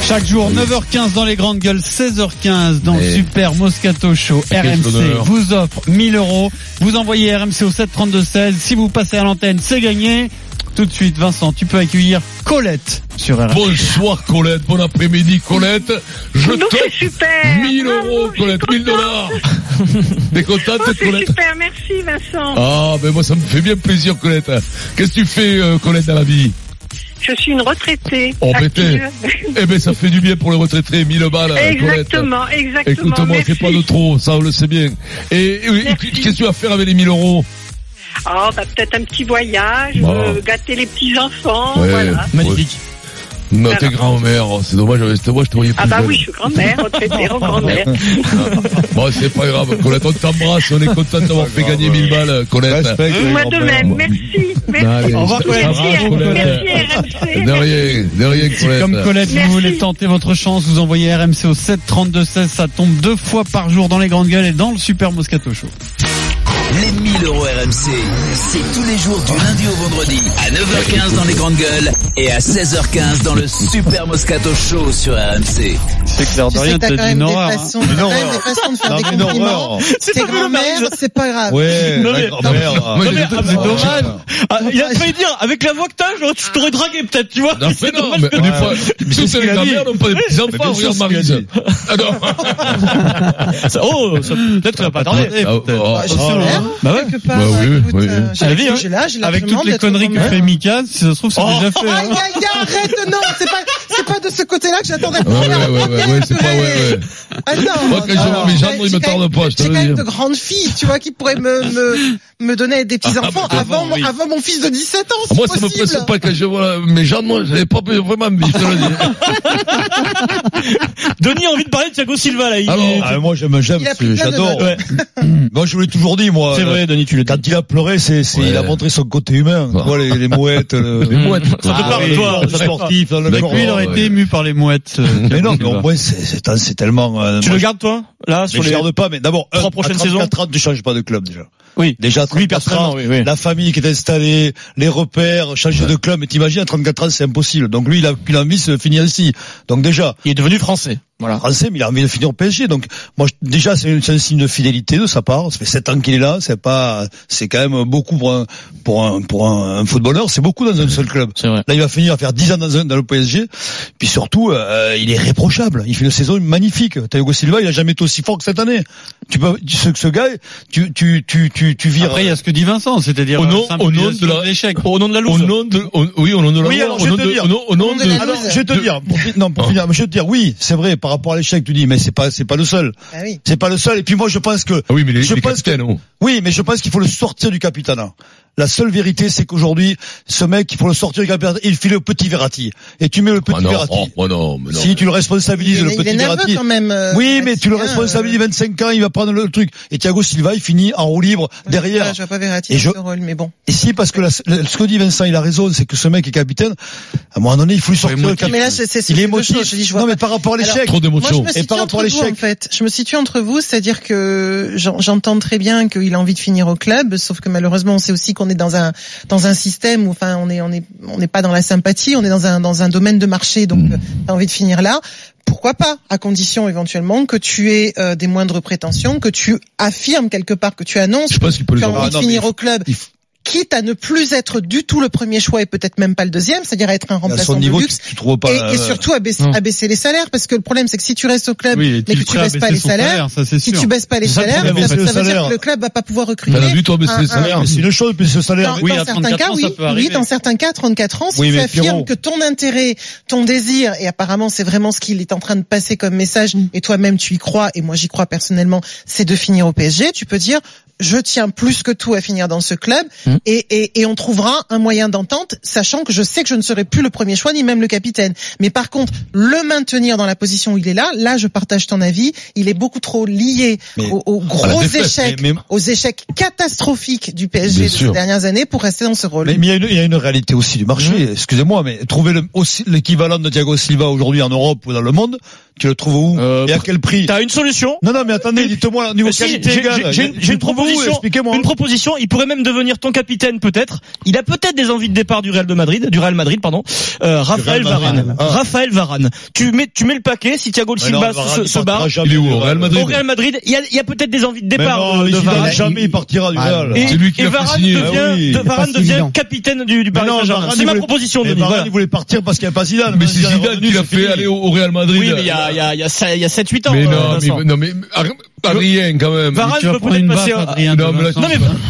Speaker 6: Chaque jour, 9h15 dans les grandes gueules, 16h15 dans
Speaker 2: Et-
Speaker 6: Super Moscato Show.
Speaker 2: Quel
Speaker 6: RMC
Speaker 2: bonheur.
Speaker 6: vous offre 1000 euros. Vous envoyez RMC au 732-16. Si vous passez à l'antenne, c'est gagné. Tout de suite, Vincent, tu peux accueillir Colette sur RMC.
Speaker 2: Bonsoir Colette, bon après-midi Colette. Je
Speaker 10: Donc
Speaker 2: te
Speaker 10: c'est super
Speaker 2: 1000 euros
Speaker 10: Bravo, je suis
Speaker 2: Colette, 1000
Speaker 10: contente.
Speaker 2: dollars. T'es contente
Speaker 10: Oh, c'est
Speaker 2: Colette
Speaker 10: super, merci Vincent.
Speaker 2: Ah ben moi ça me fait bien plaisir Colette. Qu'est-ce que tu fais euh, Colette dans la vie
Speaker 10: Je suis une retraitée.
Speaker 2: Oh, mais
Speaker 10: active.
Speaker 2: Eh ben ça fait du bien pour les retraités, 1000 balles euh, Colette.
Speaker 10: exactement, exactement.
Speaker 2: Écoute-moi,
Speaker 10: merci.
Speaker 2: c'est pas de trop, ça on le sait bien. Et, et- et
Speaker 10: Merci.
Speaker 2: qu'est-ce que tu vas faire avec les 1000 euros
Speaker 10: Oh, bah, peut-être un petit voyage,
Speaker 2: Bon.
Speaker 10: euh, gâter les petits-enfants,
Speaker 2: Ouais.
Speaker 10: Oh, voilà.
Speaker 5: Magnifique.
Speaker 2: Non,
Speaker 10: Voilà.
Speaker 2: t'es grand-mère, oh, c'est dommage, avec cette voix je te voyais plus
Speaker 10: Ah bah
Speaker 2: jeune.
Speaker 10: oui, je suis grand-mère, retraitée, grand-mère.
Speaker 2: Bon, c'est pas grave, Colette, on t'embrasse, on est content d'avoir fait gagner 1000 balles, Colette.
Speaker 4: Respect, les
Speaker 10: Moi de
Speaker 4: grands-pères.
Speaker 10: même, merci, merci.
Speaker 2: Allez,
Speaker 6: Au revoir, Colette.
Speaker 10: Merci,
Speaker 6: Bravo,
Speaker 10: merci,
Speaker 6: Colette.
Speaker 10: RMC.
Speaker 2: De rien, de rien, Colette.
Speaker 6: Comme Colette, vous
Speaker 10: Merci.
Speaker 6: voulez tenter votre chance, vous envoyez RMC au 732-16. Ça tombe deux fois par jour dans les grandes gueules et dans le Super Moscato Show.
Speaker 1: Les 1000 l'Euro RMC, c'est tous les jours du lundi au vendredi à 9h15 dans les grandes gueules et à 16h15 dans le Super Moscato Show sur RMC.
Speaker 6: C'est clair
Speaker 3: Tu sais que t'as quand même des façons, t'as quand même des façons de faire
Speaker 6: Non,
Speaker 3: des
Speaker 6: mais hein. Ah, une horreur.
Speaker 3: compliments.
Speaker 6: C'est
Speaker 3: T'es
Speaker 6: pas
Speaker 3: grand-mère, c'est pas grave.
Speaker 5: Non, mais-
Speaker 4: grand-mère.
Speaker 5: non,
Speaker 4: Moi,
Speaker 5: mais-
Speaker 4: j'ai
Speaker 5: ah,
Speaker 4: tout-
Speaker 5: c'est
Speaker 4: oh,
Speaker 5: dommage.
Speaker 4: putain.
Speaker 5: Ah, il a failli dire, avec la voix que t'as, je- je t'aurais dragué peut-être, tu vois.
Speaker 2: Non, mais
Speaker 5: C'est
Speaker 2: non,
Speaker 5: dommage
Speaker 2: mais
Speaker 5: que-
Speaker 2: des fois,
Speaker 5: Mais c'est
Speaker 2: tous
Speaker 5: ce
Speaker 2: avec
Speaker 5: qu'il a
Speaker 2: la
Speaker 5: dit.
Speaker 2: mère n'ont pas des petits
Speaker 5: Mais
Speaker 2: enfants, Ah,
Speaker 5: bien sûr,
Speaker 2: regarde
Speaker 5: c'est ce qu'il a
Speaker 2: Marise.
Speaker 5: dit. Ça- Oh, ça- peut-être qu'on va pas tarder. hein.
Speaker 2: Ah, oh, oh,
Speaker 3: Bah,
Speaker 2: oh,
Speaker 3: j'espère,
Speaker 6: Bah ouais.
Speaker 3: quelque part,
Speaker 2: Bah oui,
Speaker 3: écoute,
Speaker 2: oui,
Speaker 3: euh,
Speaker 2: oui.
Speaker 3: j'ai
Speaker 6: La vie, hein.
Speaker 3: j'ai l'âge
Speaker 6: Avec
Speaker 3: largement
Speaker 6: toutes les
Speaker 3: d'être
Speaker 6: conneries que
Speaker 3: grand-mère.
Speaker 6: fait Mika, si ça se trouve, c'est déjà fait.
Speaker 3: Aïe,
Speaker 6: hein.
Speaker 3: aïe, aïe, arrête, non, c'est pas, c'est pas de ce côté-là que j'attendais.
Speaker 2: Ouais, ouais, ouais, ouais, ouais, c'est pas, ouais, ouais.
Speaker 3: Attends.
Speaker 2: Moi, quand je vois mes gendres, ils me tardent pas, je te
Speaker 3: J'ai
Speaker 2: le
Speaker 3: quand même de
Speaker 2: dis.
Speaker 3: grandes filles, tu vois, qui pourraient me, me, me donner des petits enfants
Speaker 2: Ah, bah,
Speaker 3: avant, mon-
Speaker 2: oui.
Speaker 3: avant mon fils de 17 ans,
Speaker 2: Ah,
Speaker 3: si
Speaker 2: Moi, ça me
Speaker 3: possible.
Speaker 2: presse pas quand je vois mes gens, moi, je l'ai pas vraiment envie, je te le dis.
Speaker 5: Denis a envie de parler de Thiago Silva, là. Il-
Speaker 2: Alors,
Speaker 4: Ah, mais moi j'aime, j'aime,
Speaker 3: Il a
Speaker 4: parce
Speaker 3: pris
Speaker 4: que
Speaker 3: plein de
Speaker 4: j'adore.
Speaker 5: Ouais.
Speaker 4: Moi je vous l'ai toujours dit, moi.
Speaker 5: C'est vrai, Denis, tu le dis.
Speaker 4: euh, Quand il a pleuré, c'est, c'est,
Speaker 2: Ouais.
Speaker 4: il a montré son côté humain. Tu vois, les, les mouettes, euh, le,
Speaker 2: Les mouettes.
Speaker 5: Ça te parle,
Speaker 4: le
Speaker 5: toi.
Speaker 4: corps
Speaker 5: ça te parle.
Speaker 4: sportif, le
Speaker 2: D'accord.
Speaker 3: Oh.
Speaker 4: corps.
Speaker 6: Lui, il aurait été
Speaker 2: ouais.
Speaker 6: ému par les mouettes. euh,
Speaker 4: Mais non, mais
Speaker 6: Thiago
Speaker 4: au moins, c'est, c'est, c'est tellement, euh,
Speaker 5: Tu
Speaker 4: moi,
Speaker 5: le gardes, toi, là,
Speaker 4: je
Speaker 5: sur
Speaker 4: ne
Speaker 5: les...
Speaker 4: regarde pas, mais d'abord,
Speaker 5: Trois
Speaker 4: un,
Speaker 5: prochaines
Speaker 4: à 34 ans, tu changes pas de club, déjà.
Speaker 5: Oui.
Speaker 4: Déjà, à
Speaker 5: Oui,
Speaker 4: 34
Speaker 5: personnellement,
Speaker 4: ans,
Speaker 5: oui, oui.
Speaker 4: la famille qui est installée, les repères, changer de club, mais t'imagines, à 34 ans, c'est impossible. Donc lui, il a, il a envie de se finir ici. Donc déjà,
Speaker 5: Il est devenu français. Voilà.
Speaker 4: français, mais il a envie de finir au PSG. Donc, moi, je- déjà, c'est un- c'est un signe de fidélité de sa part. Ça fait sept ans qu'il est là. C'est pas, c'est quand même beaucoup pour un, pour un, pour un, un footballeur. C'est beaucoup dans un seul club.
Speaker 5: C'est vrai.
Speaker 4: Là, il va finir à faire 10 ans dans, un, dans le PSG. Puis surtout, euh, il est réprochable. Il fait une saison magnifique. Thiago Silva, il a jamais été aussi fort que cette année. Tu peux, tu- ce, ce gars, tu, tu, tu, tu, tu vires.
Speaker 6: Après, il y a ce que dit Vincent, c'est-à-dire
Speaker 2: Au nom-
Speaker 6: euh,
Speaker 2: au
Speaker 6: simplification
Speaker 2: nom de la-
Speaker 6: l'échec.
Speaker 5: Au nom de la
Speaker 2: Au
Speaker 5: loose.
Speaker 2: nom de, au- oui, au nom de la
Speaker 4: Oui,
Speaker 2: loi,
Speaker 4: alors,
Speaker 2: au
Speaker 4: je
Speaker 2: nom
Speaker 4: vais
Speaker 2: de,
Speaker 4: te dire.
Speaker 2: au nom- au nom
Speaker 3: de la
Speaker 2: de,
Speaker 3: loi.
Speaker 4: euh, Alors, je vais te dire, pour, fi- non,
Speaker 6: Ah.
Speaker 4: pour finir, mais je vais te dire, oui, c'est vrai, par rapport à l'échec, tu dis, mais c'est pas, c'est pas le seul.
Speaker 3: Ah oui.
Speaker 4: C'est pas le seul. Et puis moi, je pense que,
Speaker 2: Ah oui, mais les,
Speaker 4: Je
Speaker 2: les
Speaker 4: pense que-
Speaker 2: capitaines, oh.
Speaker 4: Oui, mais je pense qu'il faut le sortir du capitanat. La seule vérité, c'est qu'aujourd'hui, ce mec, il faut le sortir du capitanat. Il file au petit Verratti. Et tu mets le petit
Speaker 2: Ah non,
Speaker 4: Verratti.
Speaker 2: oh, oh non, mais non.
Speaker 4: si tu le
Speaker 3: Il
Speaker 4: responsabilises,
Speaker 3: est,
Speaker 4: le
Speaker 3: il
Speaker 4: petit
Speaker 3: est nerveux
Speaker 4: Verratti.
Speaker 3: quand même. euh,
Speaker 4: Oui, mais tu le
Speaker 3: Verratti, hein,
Speaker 4: responsabilises 25 ans, il va prendre le truc. Et Thiago Silva, il finit en roue libre
Speaker 3: euh,
Speaker 4: derrière.
Speaker 3: Je vois pas Verratti
Speaker 4: Et
Speaker 3: dans
Speaker 4: je-
Speaker 3: ce rôle, mais bon.
Speaker 4: Et si, parce que la- le- ce que dit Vincent, il a raison, c'est que ce mec est capitaine. À un moment donné, il faut lui sortir le
Speaker 3: Mais
Speaker 4: capitanat.
Speaker 3: là, c'est, c'est, c'est
Speaker 4: Il est
Speaker 3: deux
Speaker 4: émotif.
Speaker 3: choses, Je dis, je vois
Speaker 4: Non,
Speaker 3: pas.
Speaker 4: mais par rapport à l'échec.
Speaker 2: Trop d'émotions.
Speaker 3: Moi, je me
Speaker 4: Et
Speaker 3: situe
Speaker 4: par rapport à
Speaker 3: entre vous,
Speaker 4: l'échec.
Speaker 3: en fait. Je me situe entre vous, c'est-à-dire que j'en- j'entends très bien qu'il a envie de finir au club, sauf que malheureusement, on sait aussi qu'on est dans un dans un système où, enfin, on est on est on n'est pas dans la sympathie, on est dans un dans un domaine de marché, donc
Speaker 4: Hmm.
Speaker 3: euh, t'as envie de finir là. Pourquoi pas, à condition éventuellement que tu aies euh, des moindres prétentions, que tu affirmes quelque part, que tu annonces
Speaker 2: Je pense qu'il peut
Speaker 3: tu
Speaker 2: les
Speaker 3: as
Speaker 2: avoir.
Speaker 3: envie de
Speaker 4: Ah, non, mais
Speaker 3: finir
Speaker 4: il
Speaker 3: au club.
Speaker 4: il faut-
Speaker 3: Quitte à ne plus être du tout le premier choix et peut-être même pas le deuxième, c'est-à-dire à être un
Speaker 4: À
Speaker 3: remplaçant
Speaker 4: son
Speaker 3: de
Speaker 4: niveau, tu,
Speaker 3: luxe,
Speaker 4: tu trouves pas.
Speaker 3: et, et
Speaker 4: euh,
Speaker 3: surtout à baisser,
Speaker 6: Non.
Speaker 3: à baisser les salaires parce que le problème c'est que si tu restes au club
Speaker 6: Oui,
Speaker 3: mais que tu baisses pas les salaires,
Speaker 6: ça c'est
Speaker 3: si
Speaker 6: sûr.
Speaker 3: tu baisses pas les
Speaker 4: C'est ça le
Speaker 3: salaires
Speaker 4: problème,
Speaker 3: ça,
Speaker 4: c'est le
Speaker 3: ça veut dire
Speaker 4: salaire.
Speaker 3: que le club va pas pouvoir recruter
Speaker 2: T'en as vu, toi, baisser
Speaker 3: un-
Speaker 2: les
Speaker 3: un-
Speaker 2: salaires?
Speaker 4: mais c'est une chose, puis ce salaire.
Speaker 3: dans,
Speaker 6: Oui,
Speaker 3: dans
Speaker 6: à
Speaker 3: certains
Speaker 6: 34
Speaker 3: cas,
Speaker 6: ans,
Speaker 3: oui,
Speaker 6: ça peut
Speaker 3: oui,
Speaker 6: arriver.
Speaker 3: dans certains cas, 34 ans, si
Speaker 4: Oui,
Speaker 3: tu
Speaker 4: mais
Speaker 3: affirmes
Speaker 4: Pierrot-
Speaker 3: que ton intérêt, ton désir, et apparemment c'est vraiment ce qu'il est en train de passer comme message, et toi-même tu y crois, et moi j'y crois personnellement, c'est de finir au PSG, tu peux dire, je tiens plus que tout à finir dans ce club,
Speaker 4: Mm.
Speaker 3: et, et, et on trouvera un moyen d'entente, sachant que je sais que je ne serai plus le premier choix, ni même le capitaine. Mais par contre, le maintenir dans la position où il est là, là je partage ton avis, il est beaucoup trop lié
Speaker 4: Mais-
Speaker 3: aux, aux
Speaker 4: à la
Speaker 3: gros
Speaker 4: défaite,
Speaker 3: échecs
Speaker 4: mais- mais-
Speaker 3: aux échecs catastrophiques du PSG
Speaker 2: Bien
Speaker 3: de
Speaker 2: sûr.
Speaker 3: ces dernières années pour rester dans ce rôle.
Speaker 4: Mais mais il y, a une- il y a une réalité aussi du marché. Excusez-moi, mais trouver le- aussi l'équivalent de Thiago Silva aujourd'hui en Europe ou dans le monde, tu le trouves où
Speaker 5: Euh,
Speaker 4: et à quel prix
Speaker 5: T'as une solution
Speaker 4: Non, non, mais attendez, dites-moi au niveau
Speaker 5: Mais si,
Speaker 4: qualité
Speaker 5: j'ai-
Speaker 4: égale.
Speaker 5: j'ai- j'ai une-
Speaker 4: Tu
Speaker 5: j'ai une
Speaker 4: le trouves où
Speaker 5: proposition.
Speaker 4: Expliquez-moi.
Speaker 5: Une proposition, il pourrait même devenir ton capitaine peut-être. Il a peut-être des envies de départ du Real de Madrid, du Real Madrid pardon. Euh, Raphaël
Speaker 4: Real Madrid.
Speaker 5: Varane.
Speaker 4: Ah.
Speaker 5: Raphaël Varane. Tu mets tu mets le paquet si Thiago
Speaker 4: Mais non,
Speaker 5: Silva
Speaker 4: Varane,
Speaker 5: se,
Speaker 4: il
Speaker 5: se barre
Speaker 4: partira jamais
Speaker 2: Ah Il est où,
Speaker 4: du
Speaker 2: au Real Madrid
Speaker 5: au Real Madrid, il y a, il y a peut-être des envies de
Speaker 4: Mais
Speaker 5: départ
Speaker 4: non,
Speaker 5: de, de
Speaker 4: Zidane,
Speaker 5: Varane.
Speaker 4: jamais il partira du
Speaker 12: Ah,
Speaker 4: Real.
Speaker 5: Et,
Speaker 2: C'est lui qui
Speaker 5: et
Speaker 2: l'a fait
Speaker 5: Varane
Speaker 2: signer.
Speaker 5: devient,
Speaker 4: Ah oui.
Speaker 5: de-
Speaker 4: C'est
Speaker 12: pas
Speaker 5: Varane
Speaker 12: si
Speaker 5: devient
Speaker 12: évident.
Speaker 5: capitaine du, du
Speaker 4: Mais
Speaker 5: Paris
Speaker 4: non,
Speaker 5: Saint-Germain.
Speaker 4: Varane,
Speaker 5: C'est
Speaker 4: il
Speaker 5: ma
Speaker 4: voulait-
Speaker 5: proposition,
Speaker 4: Mais
Speaker 5: Denis.
Speaker 4: Varane,
Speaker 5: Voilà.
Speaker 4: il voulait partir parce qu'il n'y a pas Zidane.
Speaker 2: Mais c'est
Speaker 4: Maintenant, il est
Speaker 2: Zidane
Speaker 4: revenu,
Speaker 2: qui l'a
Speaker 4: c'est
Speaker 2: fait
Speaker 4: fini.
Speaker 2: aller au, au Real Madrid.
Speaker 5: Oui, mais il y a, il y a, il y a, ça- il y a 7-8 ans.
Speaker 2: Mais
Speaker 5: euh,
Speaker 2: non,
Speaker 5: Vincent.
Speaker 2: mais, non, mais, ar- pas rien, quand même.
Speaker 5: Varane
Speaker 6: Tu vas
Speaker 5: peut
Speaker 6: prendre
Speaker 5: peut-être
Speaker 6: une
Speaker 5: passer
Speaker 6: baffe,
Speaker 5: à-
Speaker 6: Adrien.
Speaker 2: Non,
Speaker 6: de
Speaker 2: mais là,
Speaker 6: Vincent.
Speaker 5: Non,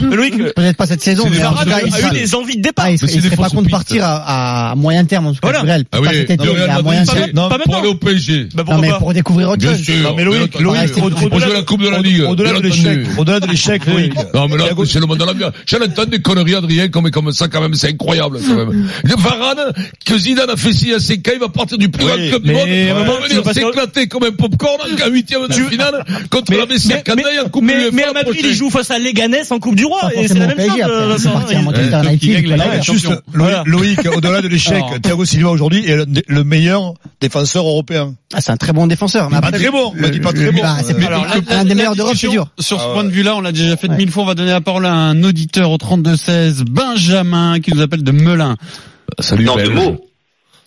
Speaker 5: mais Loïc,
Speaker 12: Peut-être pas cette saison,
Speaker 2: C'est
Speaker 12: mais
Speaker 2: des
Speaker 12: en tout
Speaker 5: Varane
Speaker 12: cas, il
Speaker 5: a eu
Speaker 12: sera-
Speaker 5: des envies de départ.
Speaker 12: ah, il serait,
Speaker 2: Mais c'est
Speaker 12: il serait
Speaker 2: des
Speaker 12: pas
Speaker 2: fausses
Speaker 12: contre
Speaker 2: pistes.
Speaker 12: partir à, à moyen terme, en tout cas,
Speaker 5: Voilà.
Speaker 12: du Real.
Speaker 2: Ah
Speaker 12: Pas
Speaker 2: oui,
Speaker 12: cet été,
Speaker 2: du
Speaker 12: mais
Speaker 2: Real
Speaker 12: à
Speaker 2: Madrid,
Speaker 12: moyen
Speaker 5: pas
Speaker 12: terme.
Speaker 5: même-
Speaker 4: Non,
Speaker 5: pas même
Speaker 2: Pour
Speaker 5: pas.
Speaker 2: aller au PSG.
Speaker 5: Bah
Speaker 12: Non,
Speaker 5: pourquoi
Speaker 12: mais
Speaker 5: pas
Speaker 12: pour découvrir autre
Speaker 2: Bien
Speaker 12: chose.
Speaker 2: sûr.
Speaker 4: Non, mais Loïc,
Speaker 2: Attends,
Speaker 4: Loïc,
Speaker 2: on- on joue à la Coupe de la Ligue.
Speaker 4: Au-delà de
Speaker 2: Bien
Speaker 4: l'échec,
Speaker 2: entendu.
Speaker 4: au-delà de l'échec, Loïc.
Speaker 2: Non, mais là,
Speaker 4: Thiago-
Speaker 2: c'est le monde de la bière. J'en entends des conneries, Adrien, comme, comme ça, quand même, c'est incroyable, quand même. Le Varane, que Zidane a fait signer à CK, il va partir du plus grand
Speaker 4: Oui,
Speaker 2: club du
Speaker 5: mais
Speaker 2: monde.
Speaker 5: à un
Speaker 2: Il
Speaker 5: moment,
Speaker 2: va
Speaker 5: tu veux
Speaker 2: venir
Speaker 5: pas
Speaker 2: s'éclater comme un popcorn en huitième de finale contre l'a mis à Canaille en Coupe
Speaker 5: mais-
Speaker 2: UEFA,
Speaker 5: mais à Madrid,
Speaker 2: prochain.
Speaker 5: ils jouent face à Leganés en Coupe du Roi.
Speaker 12: Pas
Speaker 5: Et c'est la
Speaker 12: forcément
Speaker 5: même
Speaker 12: au
Speaker 5: chose.
Speaker 12: PSG, après,
Speaker 5: euh,
Speaker 12: c'est
Speaker 5: Vincent.
Speaker 12: parti à Manchester
Speaker 5: Ouais.
Speaker 12: United.
Speaker 4: Qui gagne
Speaker 12: Voilà,
Speaker 4: la Ligue des
Speaker 12: juste,
Speaker 4: Champions. Voilà. Loïc, au-delà de l'échec,
Speaker 12: Alors.
Speaker 4: Thiago Silva aujourd'hui est le, le meilleur défenseur européen.
Speaker 12: Ah, c'est un très bon défenseur. mais
Speaker 4: Pas
Speaker 12: après-
Speaker 4: très bon, on dit pas très bon.
Speaker 12: Bah, c'est
Speaker 4: Mais
Speaker 12: pas-
Speaker 6: alors,
Speaker 12: un des meilleurs d'Europe, c'est dur.
Speaker 6: Sur ce
Speaker 4: Ah ouais.
Speaker 6: point de vue-là, on l'a déjà fait de mille fois. On va donner la parole à un auditeur au 32-16, Benjamin, qui nous appelle de Melun.
Speaker 2: Salut,
Speaker 10: Non, de
Speaker 2: Belge.
Speaker 10: mots.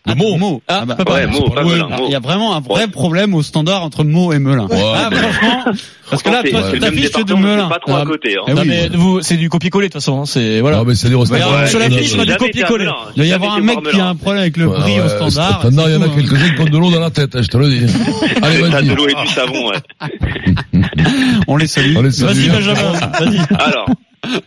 Speaker 2: De mots.
Speaker 6: Mo. Ah, bah,
Speaker 10: ouais,
Speaker 6: pardon,
Speaker 10: Mo,
Speaker 6: c'est
Speaker 10: pas
Speaker 6: pour le-
Speaker 10: Melun,
Speaker 6: Ah,
Speaker 10: Mo.
Speaker 6: Il y a vraiment un vrai
Speaker 10: Ouais.
Speaker 6: problème au standard entre Meaux et Melun.
Speaker 2: Ouais,
Speaker 6: Ah,
Speaker 2: mais-
Speaker 6: franchement, parce que là,
Speaker 10: C'est-
Speaker 6: toi,
Speaker 10: c'est
Speaker 6: sur
Speaker 10: le
Speaker 6: ta
Speaker 10: même
Speaker 6: fiche, c'est de
Speaker 10: département, c'est
Speaker 6: Melun.
Speaker 10: pas trop à côté, hein.
Speaker 6: Eh
Speaker 5: Non,
Speaker 6: oui.
Speaker 5: mais vous, c'est du copier-coller de toute façon. hein, C'est voilà.
Speaker 2: Ah, mais c'est dur au standard.
Speaker 5: Regarde,
Speaker 2: Ouais,
Speaker 5: sur la
Speaker 2: non,
Speaker 5: fiche,
Speaker 2: non,
Speaker 5: on a
Speaker 2: non.
Speaker 5: du
Speaker 10: Jamais été à
Speaker 5: copier-coller.
Speaker 10: Melun.
Speaker 6: Il doit y
Speaker 10: Jamais
Speaker 6: avoir un
Speaker 10: été
Speaker 6: mec
Speaker 10: voir
Speaker 6: qui a
Speaker 10: Melun.
Speaker 6: un problème avec le
Speaker 2: Ouais,
Speaker 6: prix
Speaker 2: ouais,
Speaker 6: au standard.
Speaker 2: standard, il y en
Speaker 6: c'est
Speaker 2: a
Speaker 6: tout, hein.
Speaker 2: quelques-uns qui ont de l'eau dans la tête, hein, je te le dis. Allez,
Speaker 10: T'as de
Speaker 2: vas-y.
Speaker 10: l'eau et du savon, ouais.
Speaker 6: On les salue.
Speaker 2: On les salue.
Speaker 6: Vas-y, Benjamin.
Speaker 10: Alors,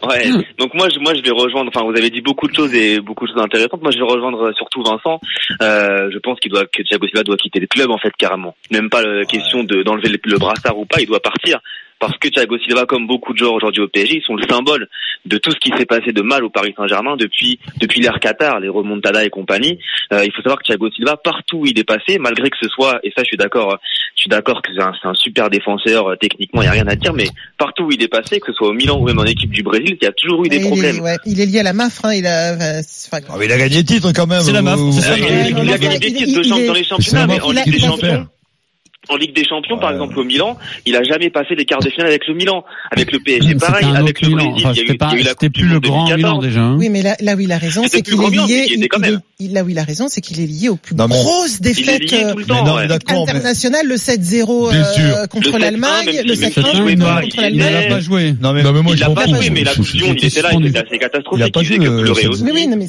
Speaker 10: ouais. Donc moi, je, moi, je vais rejoindre. Enfin, vous avez dit beaucoup de choses et beaucoup de choses intéressantes. Moi, je vais rejoindre euh, surtout Vincent. Euh, je pense qu'il doit que Thiago Silva doit quitter le club en fait carrément. Même pas la question de d'enlever le, le brassard ou pas. Il doit partir parce que Thiago Silva, comme beaucoup de joueurs aujourd'hui au PSG, ils sont le symbole de tout ce qui s'est passé de mal au Paris Saint-Germain depuis depuis l'ère Qatar, les remontadas et compagnie. Euh, il faut savoir que Thiago Silva, partout où il est passé, malgré que ce soit, et ça, je suis d'accord, euh, je suis d'accord que c'est un, c'est un super défenseur euh, techniquement, il y a rien à dire, mais partout où il est passé, que ce soit au Milan ou même en équipe du Brésil, il y a toujours eu des
Speaker 3: il, est,
Speaker 10: problèmes.
Speaker 3: ouais, il est lié à la MAF. Hein, il a, enfin, c'est- enfin,
Speaker 4: Ah, mais il a gagné le titre quand même.
Speaker 5: C'est la MAF,
Speaker 4: Vous-
Speaker 5: c'est ça.
Speaker 10: Ah, Il a- il a gagné des titres de champ- dans les
Speaker 2: C'est un
Speaker 10: championnats, mais en
Speaker 2: mec
Speaker 10: Ligue
Speaker 2: qui
Speaker 10: des
Speaker 2: doit faire.
Speaker 10: Champions. En Ligue des Champions, par exemple, au Milan, il a jamais passé les quarts de finale avec le Milan. Avec le PSG,
Speaker 6: C'était
Speaker 10: pareil.
Speaker 6: un
Speaker 10: Avec
Speaker 6: autre
Speaker 10: le
Speaker 6: Milan.
Speaker 10: Brésil,
Speaker 6: Enfin,
Speaker 10: il y a eu-
Speaker 6: C'était pas-
Speaker 10: il y a eu la
Speaker 6: c'était
Speaker 10: Coupe du
Speaker 6: plus le
Speaker 10: Monde
Speaker 6: grand
Speaker 10: 2014.
Speaker 6: Milan déjà. hein.
Speaker 3: Oui, mais là, là où il a raison,
Speaker 10: C'était
Speaker 3: c'est
Speaker 10: plus
Speaker 3: qu'il est
Speaker 10: grand bien,
Speaker 3: lié.
Speaker 10: il y
Speaker 3: Il,
Speaker 10: était quand
Speaker 3: il est,
Speaker 10: même.
Speaker 3: il- là où il a raison, c'est qu'il est lié aux plus
Speaker 4: Non, mais-
Speaker 3: grosses
Speaker 10: Il est
Speaker 3: défaites euh,
Speaker 10: lié tout le temps. hein.
Speaker 4: Mais non,
Speaker 10: ouais.
Speaker 4: mais d'accord, mais.
Speaker 3: internationales, le 7-0
Speaker 2: Bien
Speaker 3: euh,
Speaker 10: Le 7-1,
Speaker 3: contre l'Allemagne,
Speaker 10: même
Speaker 3: le
Speaker 10: si- même
Speaker 3: 7-1
Speaker 10: si il jouait pas,
Speaker 3: contre
Speaker 10: il
Speaker 6: Il
Speaker 10: était-
Speaker 3: l'Allemagne.
Speaker 6: n'a pas joué.
Speaker 4: Non, mais.
Speaker 2: Non, mais moi,
Speaker 10: Il
Speaker 2: je
Speaker 10: l'a
Speaker 2: m'en
Speaker 10: pas
Speaker 2: fous,
Speaker 10: joué,
Speaker 2: moi,
Speaker 10: mais la
Speaker 2: je-
Speaker 10: Coupe du
Speaker 2: je-
Speaker 10: Monde, il était là, il
Speaker 6: suspendu.
Speaker 10: était assez
Speaker 4: Il a
Speaker 10: catastrophique.
Speaker 4: pas
Speaker 10: Il faisait
Speaker 4: joué,
Speaker 10: que
Speaker 4: euh,
Speaker 10: pleurer
Speaker 4: cette
Speaker 10: aussi.
Speaker 3: Mais oui, non, mais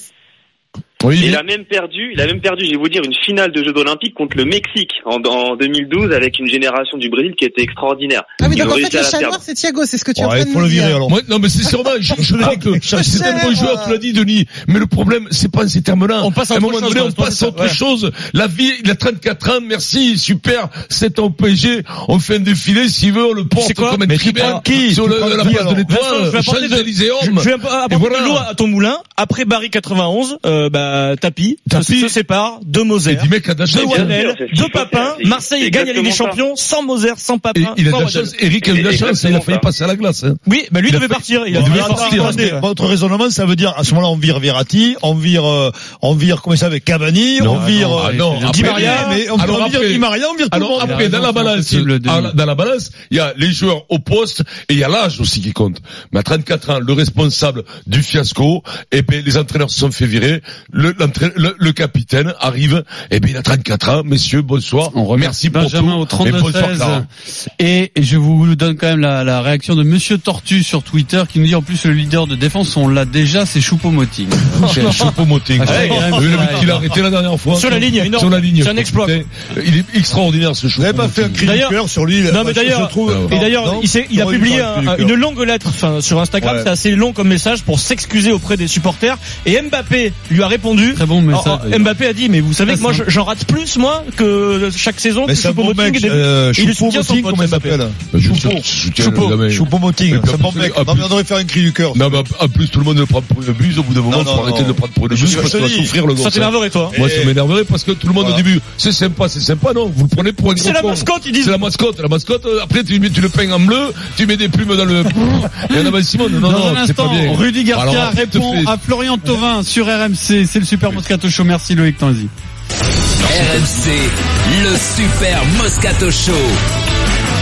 Speaker 2: Oui,
Speaker 10: Il a même perdu, il a même perdu, je vais vous dire, une finale de Jeux Olympiques contre le Mexique en, en 2012 avec une génération du Brésil qui était extraordinaire.
Speaker 3: Ah oui,
Speaker 10: Ils
Speaker 3: donc
Speaker 10: ont
Speaker 3: en
Speaker 10: réussi
Speaker 3: fait,
Speaker 10: à
Speaker 3: le
Speaker 10: la
Speaker 3: chat
Speaker 10: perdre.
Speaker 3: noir, c'est Thiago, c'est ce que tu es en train
Speaker 4: Ouais,
Speaker 3: de
Speaker 4: il faut
Speaker 3: nous
Speaker 4: le virer
Speaker 3: dire.
Speaker 4: alors.
Speaker 2: Ouais, non, mais c'est sûrement, je, je dirais que c'est un bon joueur, tu l'as dit, Denis, mais le problème, c'est pas en ces termes-là.
Speaker 5: On passe à
Speaker 2: un
Speaker 5: autre
Speaker 2: moment
Speaker 5: chose,
Speaker 2: donné, on
Speaker 5: quoi,
Speaker 2: passe
Speaker 5: c'est
Speaker 2: à
Speaker 5: ça,
Speaker 2: autre
Speaker 5: ouais.
Speaker 2: chose. La vie, il a 34 ans, merci, super, 7 ans au PSG, on fait un défilé, s'il veut, on le porte
Speaker 5: C'est quoi
Speaker 2: comme un
Speaker 5: Mais tu
Speaker 2: tribert
Speaker 5: prends qui
Speaker 2: sur
Speaker 5: Tu
Speaker 2: le-
Speaker 5: prends
Speaker 2: la
Speaker 5: qui,
Speaker 2: place de
Speaker 5: alors Vincent, je
Speaker 2: l'étoile,
Speaker 5: vais apporter de-
Speaker 2: Champs-Élysées,
Speaker 5: Je,
Speaker 2: Orme.
Speaker 5: je vais app- apporter
Speaker 2: voilà.
Speaker 5: de l'eau à ton moulin. Après Barry 91, euh, bah, tapis,
Speaker 2: Tapie.
Speaker 5: se, se sépare de Moser,
Speaker 2: Et 10 mecs à
Speaker 5: de
Speaker 2: Dachau.
Speaker 10: bien
Speaker 2: hein.
Speaker 10: sûr,
Speaker 5: Wannel,
Speaker 10: c'est ce qu'il
Speaker 5: de
Speaker 10: faut faire,
Speaker 5: Papin.
Speaker 10: c'est-
Speaker 5: Marseille
Speaker 10: c'est
Speaker 5: gagne la Ligue des
Speaker 10: exactement ça.
Speaker 5: Champions sans Moser, sans
Speaker 2: Et
Speaker 5: Papin.
Speaker 2: il a de
Speaker 5: sans
Speaker 2: la
Speaker 5: Waddle.
Speaker 2: chance, Eric a eu de la
Speaker 10: Et- et
Speaker 2: chance, il a failli
Speaker 10: exactement
Speaker 2: passer à la glace. hein.
Speaker 5: Oui, bah lui
Speaker 2: Il a
Speaker 5: devait
Speaker 2: fait-
Speaker 5: partir. Il
Speaker 2: il
Speaker 5: a
Speaker 2: devait
Speaker 5: devait
Speaker 2: partir.
Speaker 5: partir. en D, ouais.
Speaker 4: Votre raisonnement, ça veut dire, à ce moment-là, on vire Verratti, on vire, euh, on vire, comment ça s'appelle, Cavani, on vire,
Speaker 2: ah
Speaker 4: euh,
Speaker 2: non,
Speaker 4: Di
Speaker 2: après-
Speaker 4: Maria, mais on
Speaker 2: Alors
Speaker 4: on vire
Speaker 2: après-
Speaker 4: Di Maria, on vire tout le
Speaker 2: Alors
Speaker 4: monde.
Speaker 2: après, dans la
Speaker 6: c'est
Speaker 2: balance,
Speaker 6: impossible de-
Speaker 2: à la- dans la balance, il y a les joueurs au poste et il y a l'âge aussi qui compte. Mais à 34 ans, le responsable du fiasco, eh ben, les entraîneurs se sont fait virer, le, l'entraîne- le, le capitaine arrive, eh ben, il a 34 ans, messieurs, bonsoir.
Speaker 6: On
Speaker 2: Merci
Speaker 6: remercie
Speaker 2: pour
Speaker 6: Benjamin
Speaker 2: tout.
Speaker 6: au
Speaker 2: Et bonsoir, Clara.
Speaker 6: 32-16. Et je vous donne quand même la, la réaction de Monsieur Tortue sur Twitter qui nous dit en plus le leader de défense, on l'a déjà, c'est Choupo-Moting.
Speaker 2: Michel Choupo-Moting.
Speaker 6: Ah,
Speaker 2: Vous
Speaker 6: ouais,
Speaker 2: avez vu le but qu'il a arrêté la dernière fois.
Speaker 5: Sur la ligne, énorme.
Speaker 2: Sur la ligne.
Speaker 5: C'est un exploit.
Speaker 2: Putain, Il est extraordinaire, ce
Speaker 4: Vous
Speaker 2: Choupo.
Speaker 4: n'avez pas fait un cri du
Speaker 5: D'ailleurs-
Speaker 4: cœur sur lui, là,
Speaker 5: Non mais
Speaker 4: parce que
Speaker 5: d'ailleurs,
Speaker 4: je trouve-
Speaker 2: euh,
Speaker 5: et
Speaker 4: Non,
Speaker 5: d'ailleurs,
Speaker 4: non,
Speaker 5: il, s'est- il a
Speaker 4: j'aurais dû
Speaker 5: publié
Speaker 4: faire un cri
Speaker 5: un-
Speaker 4: du
Speaker 5: une
Speaker 4: cœur.
Speaker 5: longue lettre enfin, sur Instagram,
Speaker 4: Ouais.
Speaker 5: c'est assez long comme message pour s'excuser auprès des supporters. Et Mbappé lui a répondu.
Speaker 6: Très
Speaker 2: Oh,
Speaker 6: bon message.
Speaker 5: Alors,
Speaker 6: d'ailleurs.
Speaker 5: Mbappé a dit, mais vous savez
Speaker 6: Très
Speaker 5: que moi je-
Speaker 6: simple.
Speaker 5: j'en rate plus moi que chaque saison.
Speaker 4: Mais
Speaker 5: que
Speaker 4: c'est un bon
Speaker 5: Choupo-Moting
Speaker 4: mec,
Speaker 5: et des-
Speaker 4: euh,
Speaker 5: il est soutien son
Speaker 4: Choupo-Moting,
Speaker 5: pote,
Speaker 4: comment il
Speaker 5: Mbappé.
Speaker 4: s'appelle
Speaker 2: Bah, je-
Speaker 4: Choupo.
Speaker 2: je- je soutiens le
Speaker 4: Choupo.
Speaker 2: gamin.
Speaker 4: Choupo-Moting,
Speaker 2: Mais
Speaker 4: c'est un bon
Speaker 2: plus-
Speaker 4: mec.
Speaker 2: ah,
Speaker 4: Non, mais on
Speaker 2: plus-
Speaker 4: aurait fait un cri du cœur.
Speaker 2: Non, mais en plus, tout le monde le prend pour une buse. Au bout d'un moment,
Speaker 4: Non,
Speaker 2: faut
Speaker 4: non,
Speaker 2: arrêter
Speaker 4: non.
Speaker 2: de le prendre pour une
Speaker 4: Je
Speaker 2: buse
Speaker 4: suis
Speaker 2: parce qu'il va
Speaker 4: solide.
Speaker 2: souffrir, le
Speaker 5: Ça
Speaker 2: gosse.
Speaker 5: t'énerverait toi.
Speaker 2: Moi, ça
Speaker 4: Et-
Speaker 2: m'énerverait parce que tout le monde
Speaker 4: Voilà.
Speaker 2: au début, c'est sympa, c'est sympa, non Vous le prenez pour un gros
Speaker 5: C'est la
Speaker 2: con.
Speaker 5: mascotte, ils
Speaker 2: C'est
Speaker 5: disent.
Speaker 2: la mascotte. La mascotte, euh, après, tu, mets- tu le peins en bleu, tu mets des plumes dans le... Il y en a pas Simone, non,
Speaker 6: Dans un
Speaker 2: non, c'est pas
Speaker 6: instant,
Speaker 2: bien.
Speaker 6: Rudy
Speaker 2: Alors,
Speaker 6: Garcia
Speaker 2: après, te
Speaker 6: répond
Speaker 2: fais-
Speaker 6: à Florian Thauvin sur RMC, c'est le Super Moscato Show, merci Loïc Tanzi.
Speaker 1: RMC, le super Moscato Show.